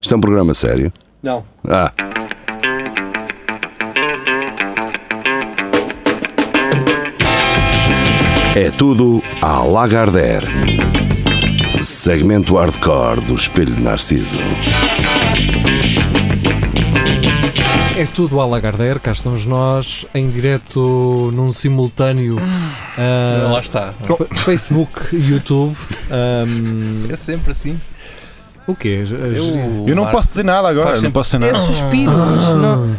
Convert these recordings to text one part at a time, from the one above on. Isto é um programa sério. Não. Ah, é tudo a Lagardère. Segmento hardcore do Espelho de Narciso. É tudo à Lagardère, cá estamos nós em direto num simultâneo ah, Lá está. F- Facebook, YouTube. ahm, É sempre assim. o quê? Eu, Eu não Marco, posso dizer nada agora, Faz não posso dizer É nada. suspiros. não-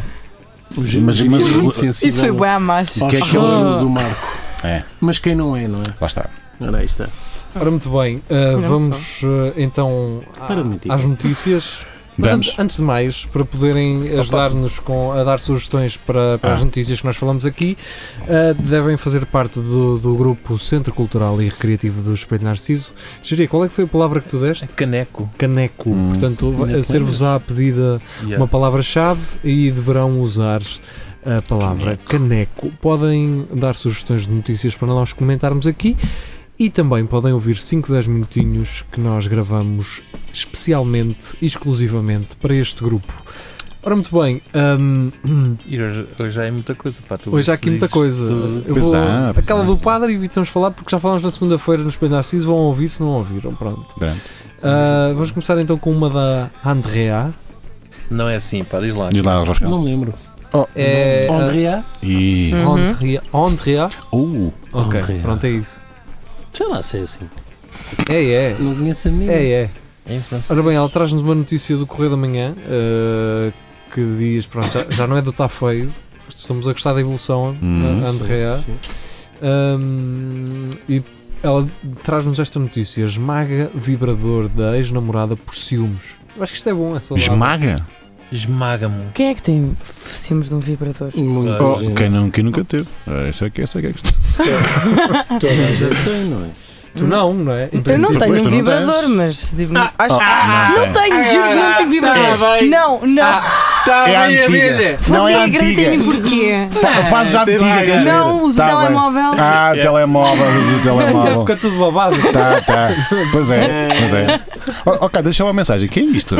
Os, Mas- mas- Isso foi bué a mais. O que é que é o Ah. jogo do Marco? É. Mas quem não é, não é? Lá está. Ora, aí está. Ora, muito bem, ah, Não vamos ah, então à- Para de mentir. às notícias. Mas Vamos. an- antes de mais, para poderem ajudar-nos com- a dar sugestões para, para Ah. as notícias que nós falamos aqui, ah, devem fazer parte do, do grupo Centro Cultural e Recreativo do Espelho Narciso. Jeria, qual é que foi a palavra que tu deste? é Caneco. Caneco. Hum. Portanto, Caneco. a ser-vos-á pedida uma palavra-chave e deverão usar a palavra caneco. Podem dar sugestões de notícias para nós comentarmos aqui e também podem ouvir 5, 10 minutinhos que nós gravamos especialmente, exclusivamente para este grupo. Ora, muito bem, hum, E hoje, hoje já é muita coisa. Pá, tu hoje há aqui muita dizes coisa. tudo. Eu Pois vou, há, pois é. aquela há. do padre evitamos falar porque já falámos na segunda-feira no Espelho Narciso, vão ouvir se não ouviram, pronto. Pronto. Ah, vamos começar então com uma da Andrea. Não é assim, pá, diz lá. Diz lá, Roscal. Não me lembro. É, a- Andrea? ah, E. Uhum. Andrea. Andrea. Uh, Ok, Andrea. pronto, é isso. Sei lá se é assim. É, é. Não conheço a mim. É, é. Em francês. Ora bem, ela traz-nos uma notícia do Correio da Manhã eh, que diz: pronto, já, já não é do tá feio. Estamos a gostar da evolução, Hum, a Andrea. Ahm, ehm, e ela traz-nos esta notícia: esmaga vibrador da ex-namorada por ciúmes. Eu acho que isto é bom, é saudável. esmaga? Esmaga-me. Quem é que tem ciúmes de um vibrador? Muito Oh, gente. Quem, não, quem nunca teve? Ah, Isso é que isso é que é que isto. Toda a gente tem, não é? Tu não, não é? Em Eu não princípio. tenho tu um não vibrador, tens. mas. digo, acho- Ah, não tenho, juro que não tenho vibrador. não, não. Tá É bem, antiga. amiga. Não é Acreditem-me antiga. porquê. Fa fazes já antiga, quer dizer. Não uso Tá bem. telemóvel. Ah, telemóvel, usa o telemóvel. Fica tudo babado. Tá, tá. Pois é, pois é. Ó, ok, deixa uma mensagem. Que é isto?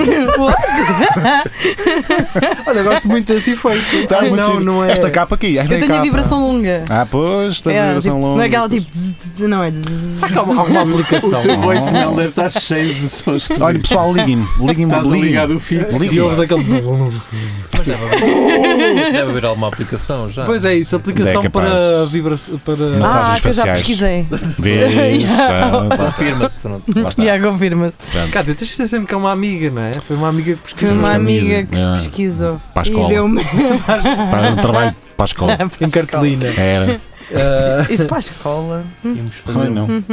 Olha, gosto muito desse efeito. Tá muito não, giro. não é. Esta capa aqui. Eu tenho capa. a vibração longa. Ah, pois, tá. tens a É, vibração tipo, longa. Não é aquela tipo. zzz, zzz, Não é. zzz, zzz. Há alguma- alguma aplicação. Não. voicemail deve estar cheio de sons que Olha, pessoal, liguem-me. Liguem-me. Liguem-me. o feed. E ouves Liguem-me. aquele. Mas deve haver, deve haver alguma aplicação já. Pois é isso, aplicação É capaz. para vibração. Para... Mas- Massagens Ah, que eu já faciais. pesquisei. Vês, Yeah. é. pronto, lá está, Confirma-se. pronto. lá está. Já confirma-se. tá Pronto. Cátia, tens de ser sempre que é uma amiga, não é? Foi uma amiga que Foi pesquisou. uma As amiga camisas, que é. pesquisou. Para a E escola. deu-me. Para o trabalho, para a escola. Em cartolina. Era. Ah, Isso para a escola. Íamos Foi, fazer, um- não.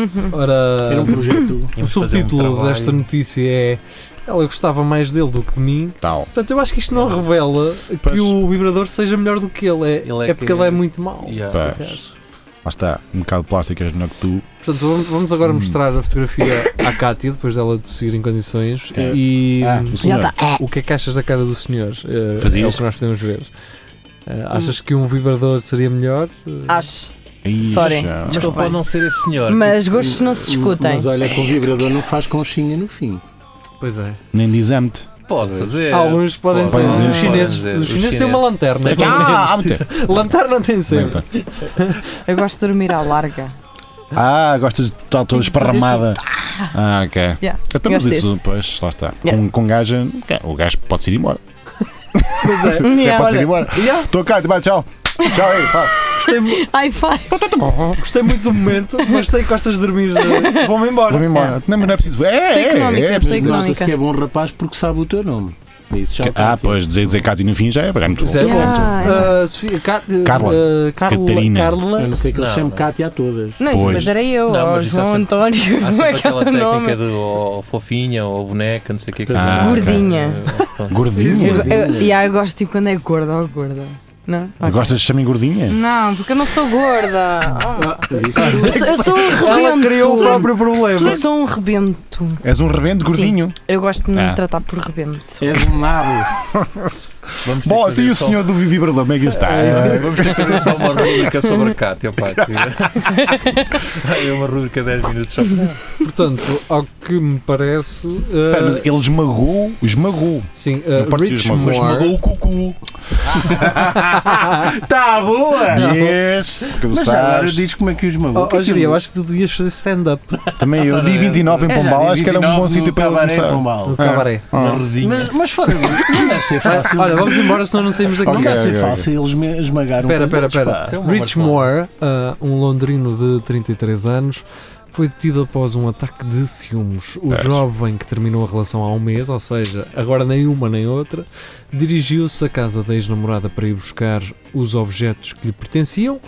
Era ora, um projeto. o íamos fazer um subtítulo trabalho. desta notícia é Ela gostava mais dele do que de mim. Tal. Portanto, eu acho que isto não revela que Pois. o vibrador seja melhor do que ele. É, Ele é, é porque que- ele é muito mau. Yeah. Pá. Lá está, um bocado de plástico eras melhor que tu. Portanto, vamos, vamos agora Hum. mostrar a fotografia à Cátia, depois dela tossir em condições. É. E Ah, o senhor. tá. o que é que achas da cara do senhor? Eh, Fazia é o isso. que nós podemos ver. Hum. Eh, achas que um vibrador seria melhor? Eh, Acho. Ih, Sorry, já. Mas desculpa. pode não ser esse senhor. Mas Isso- gostos não se discutem. Mas ah, olha, com o vibrador não faz conchinha no fim. Pois é. Nem dizemos-te. Pode fazer. Alguns podem É, Podem dizer. dizer. Os chineses, Podem dizer. os Os chineses têm uma chineses. lanterna. é Ah, há muito. lanterna tem sempre. Então. Eu gosto de dormir à larga. Ah, gostas de estar toda esparramada. Ah, ok. Yeah, Eu também gosto isso, pois, lá está. Yeah. Com, com gaja, o gajo pode ir embora. Pois é. É, Yeah. pode ir embora. Yeah, Estou cá, vai, tchau. Tchau aí, pá. gostei, mu- High five. gostei muito do momento, mas sei que gostas de dormir. eh, Vão-me embora. Vou-me embora. Não, mas não é preciso. É, Sei é, que não, Nicolas, é, sei preciso- Económica. Nota-se que é bom rapaz porque sabe o teu nome. É Isso já Ah, conta. pois, dizer, dizer Cátia no fim já é, já é muito bom. Isso é bom. Yeah. Ah, Sofia- Ca- eh, Carla. eh, Carla. Catarina. A Carla. não ser que ele Não, chame não. Cátia a todas. Não, isso, Pois. mas era eu, Não, ou mas isso há João sempre- António, Há não é sempre que é o aquela teu nome. técnica do ó, fofinha ou boneca, não sei o que é que Ah, é. Gordinha. Pronto. Gordinha. Eu, e aí eu gosto tipo quando é gorda ou gorda. Não? Ok. Gostas de chamar gordinha? Não, porque eu não sou gorda. Oh. Ah, disse Eu sou, eu sou um rebento. problema. Eu sou um rebento. És um rebento gordinho. Eu gosto de me Ah. tratar por rebento. És um nabo. Vamos ter que Bom, fazer e o só- senhor do vibrador, como é que isso está? Ah, Vamos ter que fazer só uma rubrica sobre a Cátia, pá. que- Vai haver uma rubrica de 10 minutos só. Portanto, ao que me parece. uh, Pera, É, mas ele esmagou, esmagou. sim, uh, Não partiu, Rich esmagou. Moore. Esmagou o cucu. Tá boa! Yes! Tu Mas já agora sabes. diz como é que os magoou. Oh, oh, Jeria, eu acho que tu devias fazer stand-up Também eu di 29 em É Pombal, acho que era é um bom sítio para ele começar. no Ah. cabaré. Ah. Mas, mas fora disso, não deve ser fácil. Olha, vamos embora, senão não saímos daqui. não deve Ok, ser ok. fácil eles me esmagaram Espera, os espera, outros, espera. pá. Rich Moore, ah, um londrino de 33 anos, foi detido após um ataque de ciúmes. O Pois. jovem, que terminou a relação há um mês, ou seja, agora nem uma nem outra, dirigiu-se à casa da ex-namorada para ir buscar os objetos que lhe pertenciam,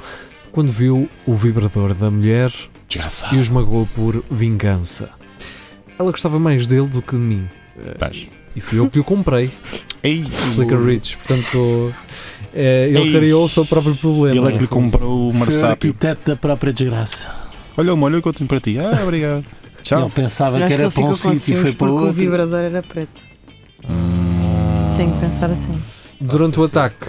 quando viu o vibrador da mulher Desgraçado. e os magoou por vingança. Ela gostava mais dele do que de mim. Pois. E fui eu que lhe o comprei, Ei, explica Rich. Portanto, eh, ele Ei. criou o seu próprio problema. ele é que lhe comprou o Foi o marsápio. arquiteto da própria desgraça. Olha, amor, olha o que eu tenho para ti. Ah, obrigado. Tchau. Ele pensava Eu que acho que era ele para um ficou com sítio e foi ciúmes para porque o outro. vibrador era preto. Tenho que pensar assim. Durante o ataque,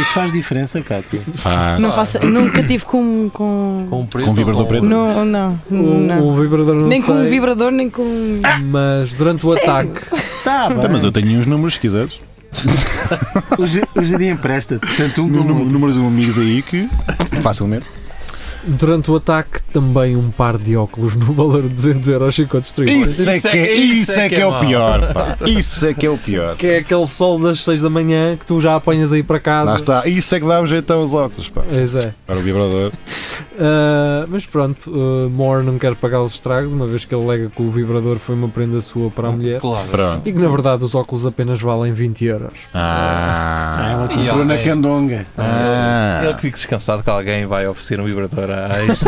Isso faz diferença, Cátia. Ah, Não faço, nunca tive com. com... Com, um preto Com um ou vibrador preto? Não, não. não. o, o um, vibrador não nem sei, com um vibrador, nem com. um- mas durante o Sério? ataque, Tá, bem. tá, mas eu tenho uns números, se quiseres. O Ge- O Jeria empresta-te, tanto um Nú- como nú- outro. Números de amigos aí que. Facilmente. durante o ataque também um par de óculos no valor de 200 euros ficou destruído. Isso é que é, isso é, que é o mau. pior, pá. Isso é que é o pior. Que é aquele sol das 6 da manhã que tu já apanhas aí para casa. Lá está. Isso é que dá um jeitão aos óculos, pá. Pois é. Para o vibrador. Ah, mas pronto, ah, Moore não quer pagar os estragos, uma vez que ele alega que o vibrador foi uma prenda sua para a mulher. um Claro. Pronto. E que na verdade os óculos apenas valem 20 euros. Ah, Ah. Ela E comprou ele na é- candonga. Ele É que Ah. fica descansado que alguém vai oferecer um vibrador a este.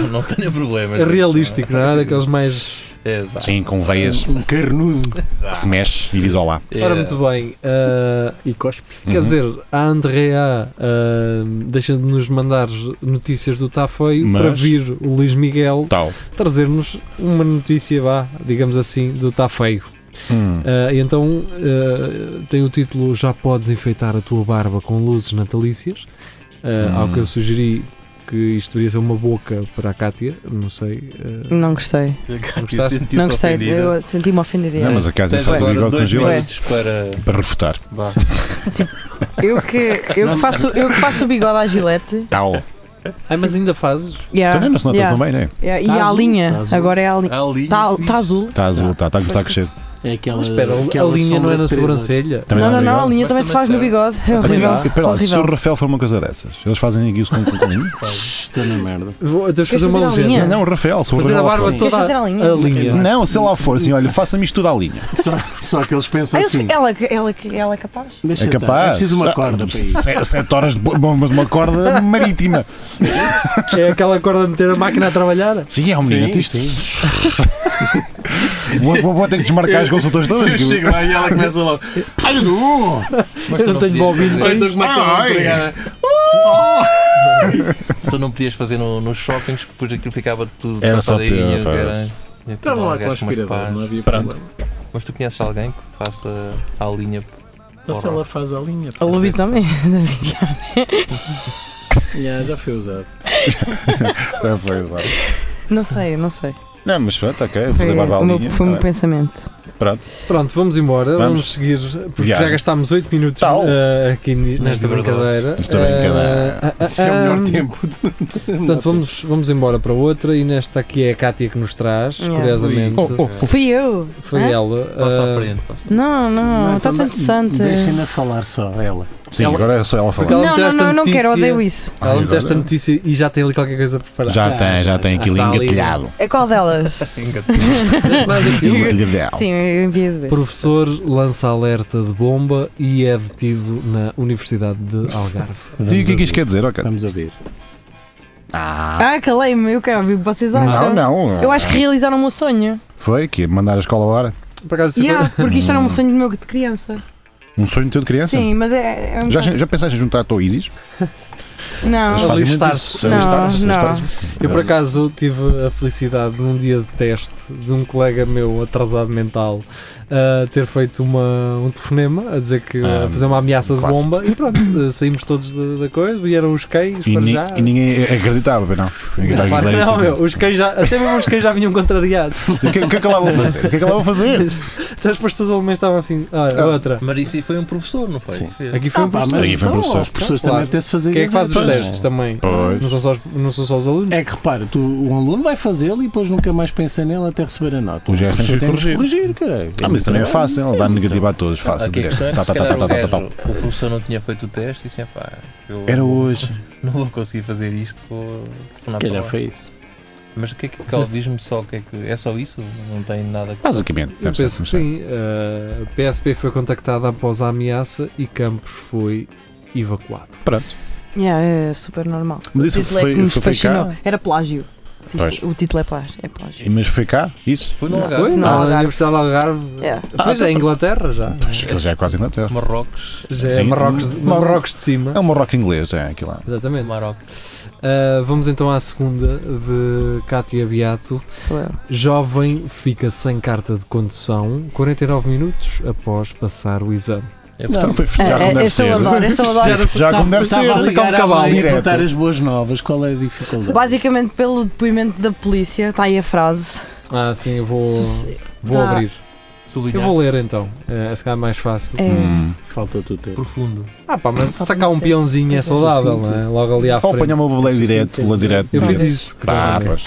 não, não tenha problemas. É realístico, não é? Daqueles mais. Exato. Sim, com veias Um carnudo. que se mexe e diz olá. Ora, muito bem. ah, E cospe. Quer Uhum. dizer, a Andrea ahm, deixa de nos mandar notícias do Tá Feio Mas- Tá. para vir o Luís Miguel Tal. trazer-nos uma notícia, vá, digamos assim, do Tá Feio. Hum. Ah, e então ah, tem o título Já Podes Enfeitar a Tua Barba com Luzes Natalícias, ah, Hum. ao que eu sugeri que isto devia ser uma boca para a Cátia, não sei. ah, Não gostei. Gostaste? Não gostei. Eu senti-me ofendida. Não, mas a casa Tens faz o agora bigode com dois gelo minutos para. para refutar. Vá. Eu que, eu, que faço, eu que faço o bigode à gilete. Tal. Ai, mas ainda fazes? Yeah, Também não se nota Ah. yeah, tão bem, né? yeah. Tá E a azul, tá linha. azul. Agora é a linha. Ali. Está tá azul. Está azul, está tá a começar a crescer. É Ah, aquela. Mas espera, a aquela linha não sombra é na de Teresa. sobrancelha? Também não, dá não, um não, a bigode. linha Mas também se também faz no serve. bigode. É Mas horrível. também- Espera lá, se o horrível. Rafael for uma coisa dessas, eles fazem aqui isso com com colinho? Estou na merda. Vou, deves Queres fazer uma fazer a legenda. linha? Não, não, o Rafael, se o Fazer a Rafael barba for- Queres toda fazer a linha? a linha. Não, se lá for assim, olha, faça-me isto tudo à linha. Só, só que eles pensam Ah, eu- assim. ela, ela, ela é capaz? Deixa É estar, capaz. É preciso uma Ah, corda para isso. se- Sete horas de bombas, uma corda marítima. É aquela corda de meter a máquina a trabalhar? Sim, é um menino. Sim, tu isto- vou, vou- vou ter que desmarcar as consultas todas. Eu que- chego lá e ela começa logo. Ai, não! Mas Eu tu não tenho podias fazer- bobina. Ou então começa a dar uma empregada. Tu não podias fazer no- nos shoppings, depois aquilo ficava tudo Era só tratadinho, teu, pá. que era- Estavam lá com o Gajo com umas aspirador, pás. não é? havia Pronto. problema. Mas tu conheces alguém que faça a linha? Mas Então se Ora. ela faz a linha. A pá. lobisomem? Já, já foi usado. Ah, foi, exato. Não sei, não sei. Não, mas pronto, ok. Vou Foi eh, fazer barba à o meu, linha. foi o meu tá bem. pensamento. Pronto, vamos embora, vamos, Vamos. seguir, porque Viagem. já gastámos 8 minutos Tal. eh, aqui ni- nesta Nesta brincadeira. Nesta brincadeira. Eh, ah, ah, Esse é o melhor ah, tempo. Portanto, vamos, vamos embora para outra e nesta aqui é a Cátia que nos traz, Yeah. curiosamente. Oh, oh, oh. Fui eu? Foi Hã? ela. Passa eh, à frente. Passa. Não, é não, está tão então interessante. Deixem-na falar só, ela. Sim, Ela- agora é só ela Porque ela falar. Não, meteu não, esta não, não notícia- quero, odeio isso. Ela Ai, meteu esta Ah, agora- notícia e já tem ali qualquer coisa preparada. Já tem, já tem aquilo está ali. engatilhado. É qual delas? Engatilhado. Sim, eu enviei de vez. Professor lança alerta de bomba e é detido na Universidade de Algarve. E o que é que isto quer dizer, ok? Vamos ouvir. Ah, Ah, calei-me, eu quero ouvir o que vocês acham. não, não. Eu acho que realizaram o meu sonho. Foi que mandar a escola agora. Por acaso, isso é Yeah, porque isto era um sonho meu de criança. Um sonho teu de Hum. criança? Sim, mas é, é um Já, bocado- já pensaste em juntar a tua Isis? Não, Eles fazem muito Alistar-se. isso. Não, Alistar-se, não. alistar-se. Eu por acaso tive a felicidade num dia de teste de um colega meu atrasado mental ah, ter feito uma, um telefonema a dizer que Ah, a fazer uma ameaça de clássico. bomba e pronto, ah, saímos todos da, da coisa, vieram os cães E, para ni- já. e ninguém acreditava, pois não. Ninguém acreditava Claro que que não, era meu, isso. os cães já, até mesmo os cães já vinham contrariados. O que, o que é que ela vou fazer? O que é que ela vou fazer? Então os pastores alemães estavam assim, olha, Ah. outra. Mas isso aí foi um professor, não foi? Sim. Fez. Aqui foi Ah, um professor. Aí vem professores. As pessoas Claro. também têm se fazer Quem é que faz os exames. testes também? Pois. Não são só os, não são só os alunos? É que repara, tu, um aluno vai fazê-lo e depois nunca mais pensa nele até receber a nota. O gesto professor tem que tem de corrigir. corrigir, caralho. Ah, mas isso também é fácil. Ele dá negativo a todos. Fácil. Aqui a direto. questão é que Tá, se tá, tá, calhar tá, o tá, tá, tá. gajo- o professor não tinha feito o teste e disse, pá, eu Era hoje. não vou conseguir fazer isto, vou telefonar para Calhar lá." foi isso. Mas o que é que calvismo só? O que é, que, é só isso? Não tem nada que. Basicamente. Eu deve ser, assim, penso não que sei. sim. Eh, A PSP foi contactada após a ameaça e Campos foi evacuado. Pronto. Yeah, é super normal. Mas isso o título é que foi, nos foi, foi fascinou. cá. Era plágio. Pois. O título é plágio. É plágio. E- Mas foi cá? Isso? Foi no Não. Algarve, Foi? no Na Algarve. Universidade do Algarve. Yeah. Pois é, Inglaterra já. Acho que ele já é quase Inglaterra. Marrocos. Já é Sim. Marrocos, Mar- Marrocos de cima. É um Marroco inglês, é aquilo lá. Exatamente. Marrocos. Eh, vamos então à segunda de Cátia Beato. Sou eu. Jovem fica sem carta de condução 49 minutos após passar o exame. É Então portanto, foi festejar É, como é, deve esta eu ser. adoro, esta eu adoro. Já como deve Estava a ser. Sacar ligar um à mãe cavalo. e contar Direto. as boas novas, qual é a dificuldade? Basicamente, pelo depoimento da polícia, está aí a frase. Ah, sim, eu vou, Oh. Suce- vou dá- abrir. Eu sublinhar. vou ler então. É, se calhar é mais fácil. É, Hum. Falta tu ter. Profundo. Ah, pá, mas Só sacar pode um ser. peãozinho é saudável, não é? Logo ali à Ou apanhar frente. uma boleia direto, lá direto. Eu fiz direto. isso. que estás a um Pá, ver. pois.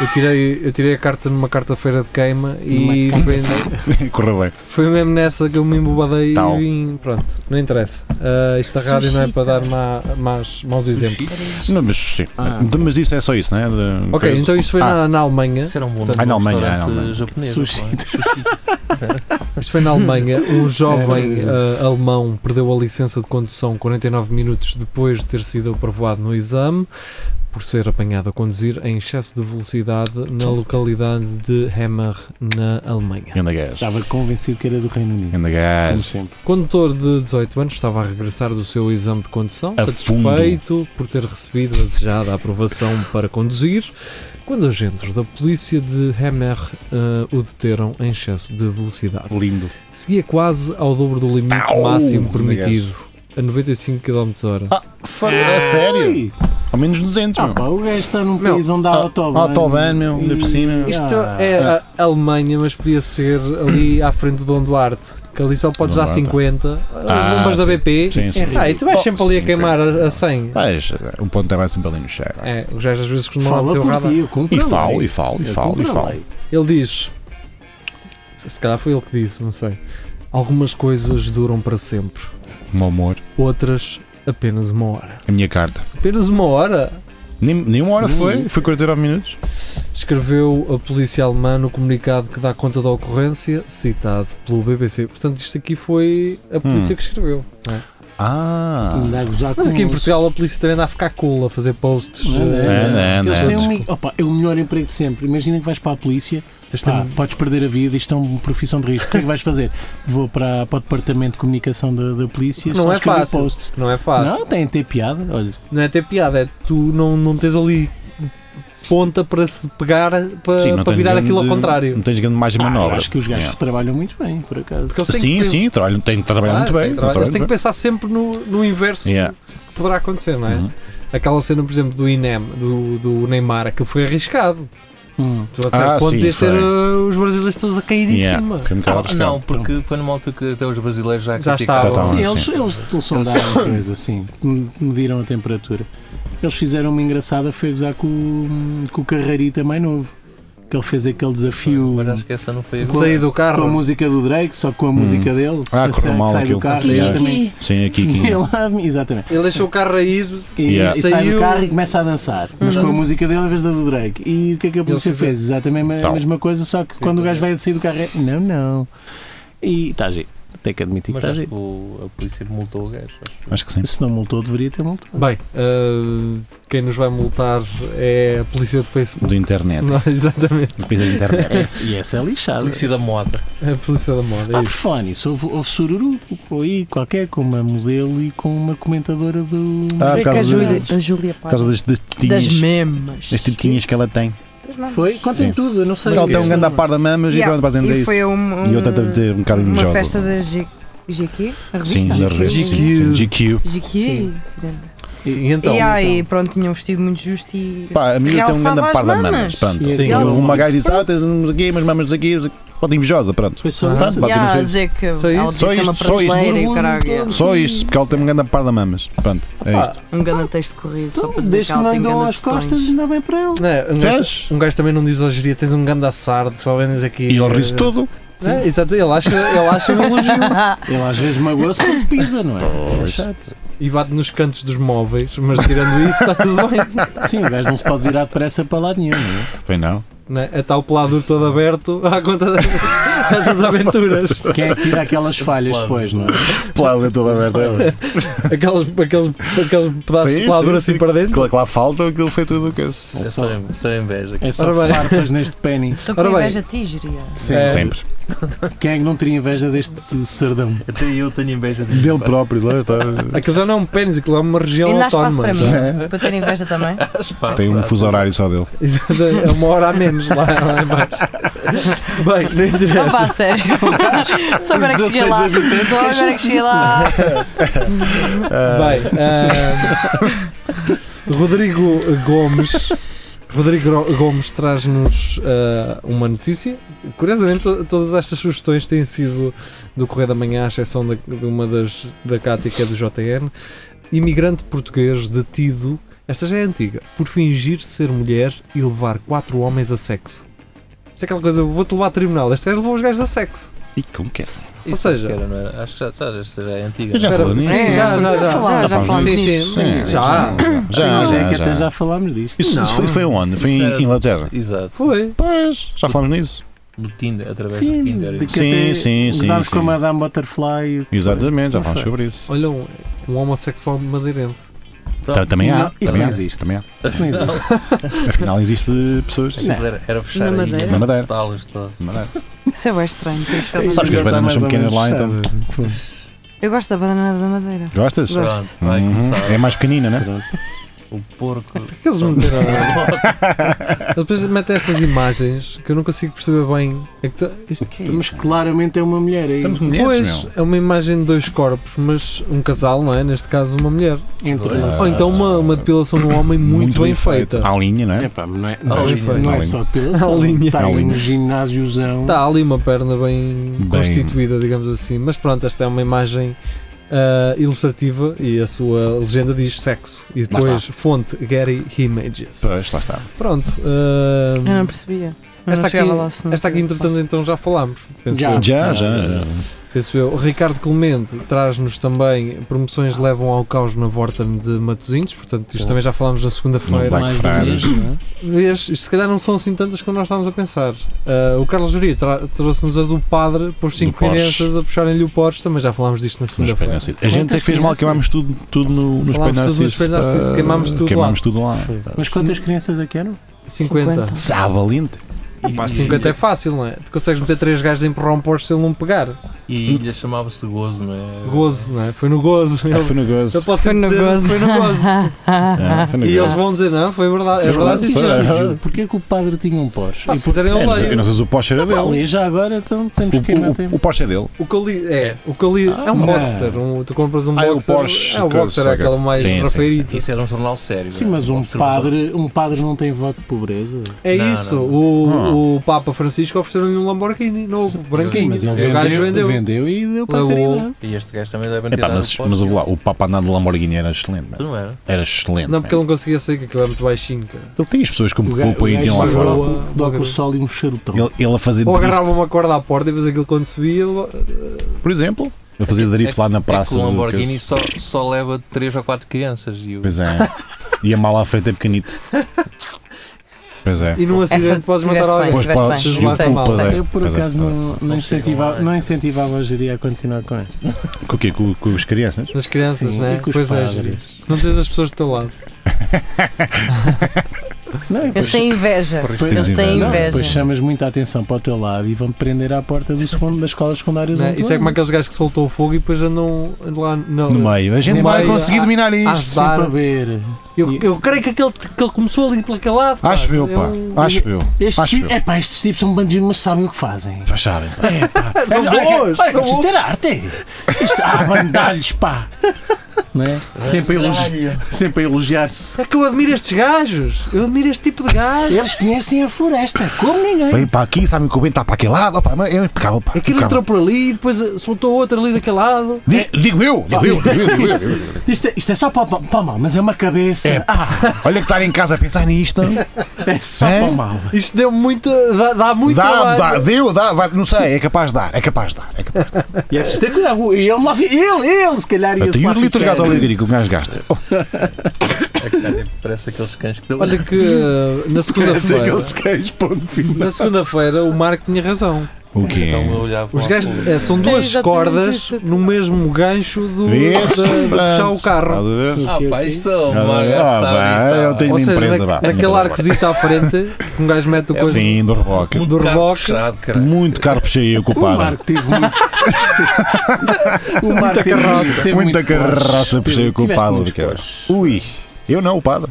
Eu tirei, eu tirei a carta numa carta-feira de queima e Numa foi, Correu bem. foi mesmo nessa que eu me embobadei Tal. e vim. Pronto, não interessa. Ah, isto a rádio não é para dar má, más, maus exemplos. era isto. Não, mas sim. Ah. De- Mas isso é só isso, não é? De- Ok, coisa. então isto foi Ah. na, na Alemanha. Isso era um bom nome Ah, na de um Alemanha, ah, na restaurante Alemanha. japonês. Sushi. não é? Sushi. Isto foi na Alemanha. Um jovem Era ah, alemão perdeu a licença de condução 49 minutos depois de ter sido aprovoado no exame por ser apanhado a conduzir em excesso de velocidade na localidade de Hemmer, na Alemanha. Ganda gajo. Estava convencido que era do Reino Unido. Ganda Como gajo. sempre. O condutor de 18 anos estava a regressar do seu exame de condução, A satisfeito por ter recebido a desejada aprovação para conduzir, quando agentes da polícia de Hemmer ah, o deteram em excesso de velocidade. Lindo. Seguia quase ao dobro do limite Au! máximo permitido, a 95 km hora. Ah, fa- é sério? Ai! Ao menos 200, Ah, meu. pá, o gajo está num Meu, país onde há autobahn. Autobahn, meu. Ainda por cima. E- Isto Ah. é a Alemanha, mas podia ser ali à frente do Dom Duarte, que ali só podes dar Dom Duarte. 50, tá. Ah, as bombas da sim, BP. Sim, sim. Ah, e tu vais Oh, sempre ali a 50. queimar a, a 100. Mas eh, o ponto é mais sempre ali no chão. É, os gajos às vezes costumam Fala ter o por radar. ti, eu cumpro E a falo, lei. e falo, e Eu falo, e cumpro a falo. É lei. Ele diz: se calhar foi ele que disse, não sei. Algumas coisas duram para sempre, O meu amor. outras apenas uma hora. A minha carta. Apenas uma hora? Nem, nem uma hora Nem foi. isso. Foi 49 minutos. escreveu a polícia alemã no comunicado que dá conta da ocorrência, citado pelo BBC. Portanto, isto aqui foi a polícia Hum. que escreveu. não é? Ah. Ainda a gozar Mas com aqui em eles. Portugal a polícia também dá a ficar cool a fazer posts. Hum. Não, é, não, eh, não, Eles não, têm um- desculpa. opa, é o melhor emprego de sempre. Imagina que vais para a polícia, tens de ter pá, um- podes perder a vida, isto é uma profissão de risco. O que é que vais fazer? Vou para, para o departamento de comunicação da, da polícia Não só é escrever fácil. posts. Não é fácil. Não, tem de ter piada. Olha, Não, é ter piada, é tu não, não tens ali ponta para se pegar para, Sim, não para tens virar grande- aquilo ao contrário. Não tens grande margem de ah, manobra. acho que os gajos Yeah. trabalham muito bem, por acaso. Porque eles têm Sim, que- sim, trabalham, têm que trabalhar Claro, muito bem. têm que trabalhar. Eles têm que trabalham pensar sempre no, no inverso muito bem. Yeah. que poderá acontecer, não é? Uhum. Aquela cena, por exemplo, do INEM, do, do Neymar, aquilo foi arriscado. Hum. Tu Ah, ah, sim, pode ser foi. uh, os brasileiros todos a cair em Yeah, cima. Foi um bocado Ah, arriscado. não, porque foi numa altura que até os brasileiros já, Já criticaram. estavam. Sim, Sim, Tá sim. eles, eles estão sondaram coisa, assim, mediram a temperatura. Eles fizeram uma engraçada, foi gozar com, o- com o Carrarita mais novo. Que ele fez aquele desafio Mas acho que essa não foi a De sair do com a carro. música do Drake, só com a Hum. música dele. Ah, a correu série mal que sai aquilo. do carro Sim, e é. ele também. Sim, aqui, E aqui. ele- exatamente. Ele deixou o carro a ir. E, Yeah. e sai Saiu- Uhum. do carro e começa a dançar. Mas com a música dele em vez da do Drake. E o que é que a polícia fizeram- fez? Exatamente a Tal. mesma coisa, só que quando o gajo vai sair do carro é. Não, não. E está a tem que admitir que Mas está acho giro. que o- a polícia multou o gajo. acho. Acho que sim. Se não multou, deveria ter multado. Bem, ah, quem nos vai multar é a polícia do Facebook. Do internet. Senão- exatamente, Depois da internet. Essa- E essa é lixada. Polícia da moda. a polícia da moda. Pá, Ah, É por isso. falar nisso, houve, houve sururu aí qualquer com uma modelo e com uma comentadora do. Ah, É que a causa- Júlia, a Júlia Por Paz. causa das Das tetinhas. memas. Das tetinhas que ela tem. Das memas. Foi? Contem Sim. tudo, eu não sei. Ela tem um grande a par da mamas e Yeah. pronto, basicamente é E isso. foi um, um, E outra deve ter um bocadinho de uma jogo. festa da G- GQ? A Sim, revista? da revista. GQ. sim, sim, GQ. GQ. Sim. grande. E, e então, e aí, então, pronto, tinha um vestido muito justo e. Pá, a minha tem um Realçava grande par as da mamas. mamas. Pronto. Sim. Sim. Realçava. Uma gaja disse, ah, tens uns aqui, umas mamas aqui. Pode invejosa, pronto. Foi só um Ah, isso. pá, Yeah, não sei a se- dizer que Só ela isto? disse Só é uma isto? Só isto? brasileira e o caralho. yeah. Só isto, porque ela tem um grande par da mamas. Pronto, é isto. Ah, Um grande texto corrido, só para Então, dizer que Desde que ela não tem andam grande às costas, testões. ainda bem para ele. Não é, um, Vês? gajo, um gajo também não diz hoje tens um grande assardo, só vendes aqui. E ele eh, riu-se todo. não é? Exato, ele acha, ele acha um elogio. Ele às vezes magoa-se porque pisa, não é? É chato. E bate nos cantos dos móveis, mas tirando isso está tudo bem. Sim, o gajo não se pode virar depressa para lado nenhum, não é? Foi não. Não é? Está o pelador todo aberto à conta das- dessas aventuras. Quem é que tira aquelas falhas depois, não é? Plano toda aberta. Aqueles, aqueles, aqueles pedaços Sim, de pelador sim, assim sim. para dentro. Aquilo é que lá falta, aquilo foi tudo o que é. isso. é É só, só, só inveja. é só Ora bem. farpas neste penny. Estou com Ora bem. inveja de ti, Júlia. Sim. É. Sempre. Quem é que não teria inveja deste sardão? Até eu tenho inveja de Dele próprio, lá está. Aquilo já não é um pênis, aquilo é uma região Ainda há espaço autónoma. para mim. já. É. Para ter inveja também. Tem um fuso horário só dele. Exato, é uma hora a menos lá, lá em baixo. Bem, não Não interessa. Então vá, sério. Só agora que cheguei lá. Só agora que cheguei lá. Bem, ahm, Rodrigo Gomes. Rodrigo Ro- Gomes traz-nos ah, uma notícia. Curiosamente, to- todas estas sugestões têm sido do Correio da Manhã, à exceção da- de uma das da Cátia, que é do JN. Imigrante português detido, esta já é antiga, por fingir ser mulher e levar quatro homens a sexo. Isto é aquela coisa, vou-te levar a tribunal. Este gajo levou os gajos a sexo. E como que era? Isso Ou acho seja- que era, não era? Acho que já, já, já, já é antiga. Eu já não é? falei Espera, nisso. sim, já, já, já. Já Já, já falámos falámos disso. disso. Sim, Já. Já, é que já, até já. já falámos disto. Isso, isso foi, foi onde? Foi Isso era- em Inglaterra? Exato. Foi. Pois, já falámos nisso. Do Tinder, através Sim, do Tinder. de que Sim, até sim, sim, usámos sim. como a Madame Butterfly. e- Exatamente, já Não falámos foi. sobre isso. Olha, um, um homossexual madeirense. Então, Ta- Tá, Também há. Não, isso também não há, existe. Também há. Não existe. Afinal, existe pessoas. é. Não. era, era fechar Na aí, Madeira? Na Madeira. Talos, todo. Mas Isso é bem estranho. tens que- Sabes que Isso já as está bananas são mais ou pequenas menos lá, então. fechado. Eu gosto da banana da madeira. Gostas? Gosto. Pronto, vai Uhum. começar. É mais pequenina, né? Pronto. O porco. Eles meteram. Eles depois metem estas imagens que eu não consigo perceber bem. É que tá- isto que é? Mas claramente é uma mulher aí. Somos Pois, mulheres, meu. é uma imagem de dois corpos, mas um casal, não é? Neste caso, uma mulher. Entre Ah. nós. Ou então uma, uma depilação de um homem muito, bem, feita. À linha, não é? Epá, não é, Ah, bem feita. não é Ah, só depilação. linha. Está Ah, ali linha. um ginásiozão. Tá. Está Tá ali uma perna bem, Bem. constituída, digamos assim. Mas pronto, esta é uma imagem ah, ilustrativa e a sua legenda diz sexo. E depois, fonte Gary Images. Pois, lá está. Pronto. ah, Eu não percebia. Eu Esta não aqui- chegava lá, se não esta aqui, tivesse entretanto, então já falámos. penso Já. eu. Já, já. Penso eu. Ricardo Clemente traz-nos também promoções levam ao caos na Vorten de Matosinhos, portanto, isto Bom. também já falámos na segunda-feira. Black Mais Friday. dias, não é? Vês, isto se calhar não são assim tantas como nós estávamos a pensar. Ah, o Carlos Juria tra- trouxe-nos a do padre, pôs cinco Do Porsche. crianças a puxarem-lhe o Porsche, também já falámos disto na No Espelho segunda-feira. Narciso. A gente é que fez mal, queimámos tudo, tudo no, no Falámos tudo Espelho Narciso. no Espelho Narciso, pá. queimámos tudo lá. Queimámos tudo lá. Mas quantas crianças é que eram? 50. 50. Sá, valente. E- Pá, 50 é fácil, não é? Tu consegues meter três gajos a empurrar um Porsche se ele não pegar. E a ilha chamava-se Gozo, não é? Gozo, não é? Foi no gozo. Ah, Ele- foi no gozo. eu posso Foi no dizer, gozo. Foi no gozo. Ah, foi no E gozo. eles vão dizer, não, foi verdade. Foi é verdade, verdade, sim, foi. senhor. Surgiu. Porquê que o padre tinha um Porsche? Pá, E se quiserem É, eu não sei- eu leio. não sei se o Porsche era por- dele. Ali já agora então temos que ir na O, o, tempo. o Porsche é dele. O que eu li é, o que eu li é um não. boxer. Um, tu compras um Ah, é o boxer. Porsche, é o que boxer, é eu sei aquele que- mais Sim, sim, sim. referito. Isso era um jornal sério. Sim, não é? mas um Observador. padre, um padre não tem voto de pobreza. É Não, isso, não. O, o Papa Francisco ofereceu-lhe um Lamborghini novo, branquinho. mas ele E o gajo vendeu. vendeu, vendeu e deu para a Levou. caridade. E este gajo também deve ter Epá, dado mas, o mas pote. ouve lá, o Papa andando de Lamborghini era excelente, mano. Não era? Era excelente. Não, porque ele mano. não conseguia sair, que aquilo era muito baixinho. Cara. ele tem as pessoas que O me gajo- poupam e o tinham lá gajo fora. deu a- deu com o sol e um charutão. Ele, ele a fazer Ou drift, agarrava uma corda à porta e depois aquilo quando subia. ele- por exemplo. Ele fazia É que- drift lá na praça. é que do- o Lamborghini só, só leva 3 ou 4 crianças. E o... Pois é. E a mala à frente é pequenita. Pois é. E num acidente Essa podes matar tiveste bem. alguém. Pois pode, Tiveste bem, lá gostei, culpa, gostei. daí. Eu por Pois é. acaso não, não, Não é. incentivava, chegam lá. não incentivava a geria a continuar com esta. Com o quê? Com, com as crianças? Nas crianças, Sim, né? e com os Pois é, padres. Jeria. não tens as pessoas do teu lado. Não, e Eles depois- têm inveja. Temos Eles têm inveja. Não, inveja. depois chamas muita atenção para o teu lado e vão-te prender à porta do segundo, das escolas secundárias. né? onde tu Isso é como andas. aqueles gajos que soltam o fogo e depois andam lá no, No meio. A gente No vai meio, conseguir ah, dominar isto. às- Sempre a ver. Eu, eu creio que aquele, que ele começou ali pelo aquele lado. pá. Ah, É um- Acho eu, pá. Eu- Acho eu. Estes, Acho tipos, eu. epá, estes tipos são um bandidos, mas sabem o que fazem. Mas sabem, pá. É, pá. São Olha, boas, Olha, são isto era arte. Isto, ah, bandalhos, pá. Não é? Sempre a elogi- sempre a elogiar-se. É que eu admiro estes gajos. Eu admiro este tipo de gajo. Eles conhecem a floresta, como ninguém. Vem para aqui, sabem que o vento está para aquele lado. Opa, mas é impecável, pá. Aquele impecável. entrou por ali, depois eh, soltou outro ali daquele lado. Di- Digo eu, digo eu, digo eu, digo eu, digo eu. Isto, é- isto é só para, o- para o mal, mas é uma cabeça. É, Ah, Olha que estar em casa a pensar nisto. é só É? para o mal. Isto deu muito. dá, dá muito Dá, trabalho. dá, deu, dá, vai, não sei, é capaz de dar, é capaz de dar. É capaz de dar. E é preciso ter cuidado. E Ele, lá vi- ele, ele, se calhar ia Até e os litros de gasóleo alegria. agrícola que o gajo gasta. Oh, É que, olha, Parece aqueles cães que dão. Olha que eh, na segunda-feira. Aqueles cães, ponto final. Na segunda-feira o Marco tinha razão. o quê? Estão a olhar para Os o- gajos eh, são duas É exatamente cordas isso. no mesmo gancho do, Vês? de, de puxar o Estás a carro. ver? Ah, pá, isto é Ah, uma vá, eu engraçada. tenho- Ou seja, Empresa, na- vá. É assim. naquele arcozito à frente, que um gajo mete o coisa. Sim, do reboque. um do reboque. Muito caro puxei eu, O culpado. Marco teve muito. o Marco teve muito- teve Muita muito carroça puxei Porsche. eu, Tiveste culpado. muitos cara. Porsche. Ui, eu não, o padre.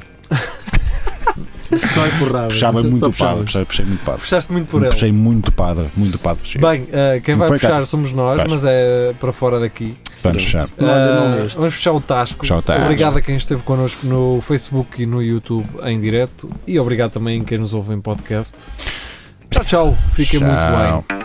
Tá Só empurrava. Puxava então Só muito o puxava. padre, puxei, puxei muito padre. Puxaste muito por ele. Puxei muito padre, muito padre puxei. Bem, eh, quem Não vai foi, puxar cara. somos nós, Vais. mas é para fora daqui. Vamos fechar. Não, Eh, não este. vamos fechar o Tasco. Puxar o Tasco. Obrigado a quem esteve connosco no Facebook e no YouTube em direto. E obrigado também a quem nos ouve em podcast. Tchau, tchau. Fiquem muito Tchau. bem.